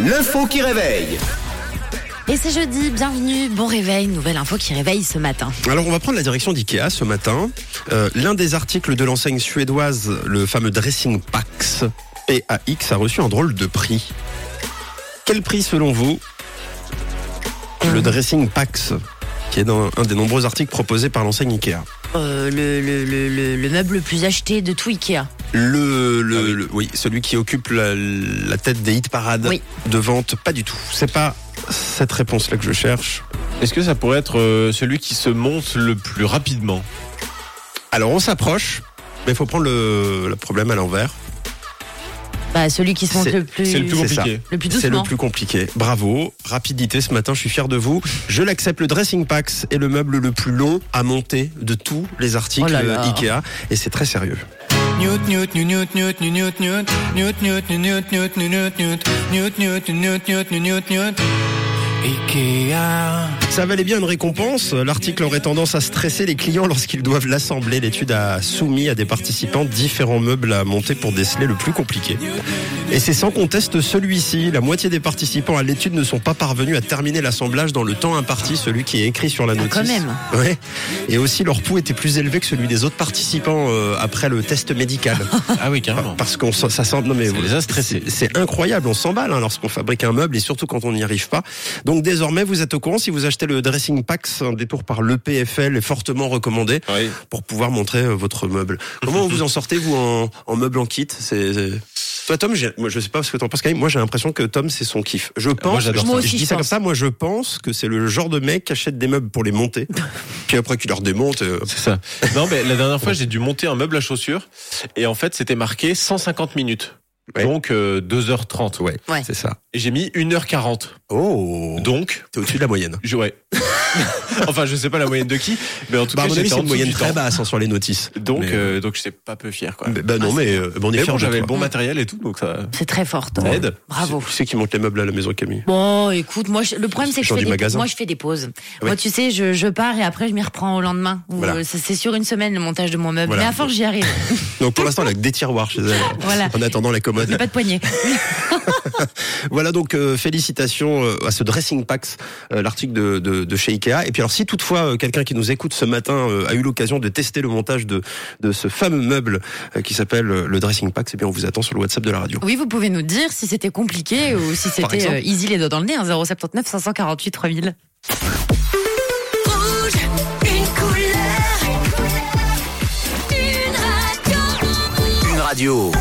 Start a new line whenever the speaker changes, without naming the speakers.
L'info qui réveille.
Et c'est jeudi, bienvenue, bon réveil, nouvelle info qui réveille ce matin.
Alors on va prendre la direction d'IKEA ce matin. Euh, L'un des articles de l'enseigne suédoise, le fameux dressing Pax, PAX, a reçu un drôle de prix. Quel prix selon vous Le dressing Pax, qui est dans un des nombreux articles proposés par l'enseigne IKEA.
Euh, le, le- le- le- le meuble le plus acheté de tout Ikea.
Le, le, le- oui, celui qui occupe la, la tête des hit parades
Oui.
de vente, pas du tout. C'est pas cette réponse-là que je cherche.
Est-ce que ça pourrait être euh, celui qui se monte le plus rapidement
Alors on s'approche, mais il faut prendre le, le problème à l'envers.
Bah, celui qui se monte
C'est-
le plus,
C'est le plus
c'est
compliqué.
le plus
C'est le
doucement.
plus compliqué. Bravo, rapidité ce matin, je suis fier de vous. Je l'accepte, le dressing packs est le meuble le plus long à monter de tous les articles
Oh là là.
euh, Ikea et c'est très sérieux.
Newt, newt, newt, newt, newt, newt, newt, newt, newt, newt, newt, newt, newt, newt, newt, newt, newt, newt, newt, Ikea.
Ça valait bien une récompense, l'article aurait tendance à stresser les clients lorsqu'ils doivent l'assembler. L'étude a soumis à des participants différents meubles à monter pour déceler le plus compliqué. Et c'est sans conteste celui-ci. La moitié des participants à l'étude ne sont pas parvenus à terminer l'assemblage dans le temps imparti, celui qui est écrit sur la notice.
Ah, quand même.
Ouais. Et aussi, leur pouls était plus élevé que celui des autres participants euh, après le test médical.
Ah oui, carrément.
Parce qu'on s'en- ça sent. Non mais
Ça les a stressés.
c'est c'est incroyable. On s'emballe hein, lorsqu'on fabrique un meuble et surtout quand on n'y arrive pas. Donc désormais, vous êtes au courant si vous achetez le dressing packs, un détour par l'EPFL est fortement recommandé
Oui.
pour pouvoir montrer euh, votre meuble. Comment vous en sortez vous en, en meuble en kit C'est c'est- toi Tom, j'ai- moi je sais pas ce que t'en penses Karim. Moi j'ai l'impression que Tom c'est son kiff. Je pense,
j'adore
je,
ça. Moi
je
aussi,
dis
je
ça comme
pense.
ça. Moi je pense que c'est le genre de mec qui achète des meubles pour les monter, puis après qui leur démonte. euh,
C'est ça. Non, mais la dernière fois, j'ai dû monter un meuble à chaussures et en fait, c'était marqué 150 minutes.
Ouais.
Donc euh, 2h30.
Ouais,
Ouais.
c'est ça.
Et j'ai mis 1h40.
Oh,
Donc,
t'es au-dessus de la moyenne.
je, ouais. enfin, je sais pas la moyenne de qui, mais en tout
Bah, à
cas,
mon avis,
j'étais
c'est
en
une
dessous
moyenne
du
très
temps.
basse hein, sur les notices.
Donc,
Mais,
euh, donc j'étais pas peu fier, quoi.
Bah, bah non, mais euh, bon, on est
Mais
fiers
bon,
de
j'avais le bon
toi.
matériel et tout, donc ça,
C'est très fort.
ça aide.
Bravo.
C'est- C'est qui monte les meubles à la maison, Camille
Bon, écoute, moi, je- le problème, c'est que je
Dans
fais,
du
des,
magasin.
moi, je fais des pauses.
Ouais.
Moi, tu sais, je, je pars et après, je m'y reprends au lendemain. Ou,
Voilà.
euh, C'est c'est sur une semaine le montage de mon meuble.
Voilà.
Mais à force, j'y arrive.
Donc pour l'instant, elle a que des tiroirs chez elle.
Voilà.
En attendant la
J'ai
commode.
pas de poignée.
Voilà donc euh, félicitations euh, à ce dressing packs, euh, l'article de, de, de chez Ikea. Et puis alors si toutefois euh, quelqu'un qui nous écoute ce matin euh, a eu l'occasion de tester le montage de, de ce fameux meuble euh, qui s'appelle euh, le dressing packs, eh bien on vous attend sur le WhatsApp de la radio.
Oui, vous pouvez nous dire si c'était compliqué ou si c'était
exemple.
euh, easy les doigts dans le nez. hein, 079 548 3000.
Rouge, une couleur, une radio.
Une radio.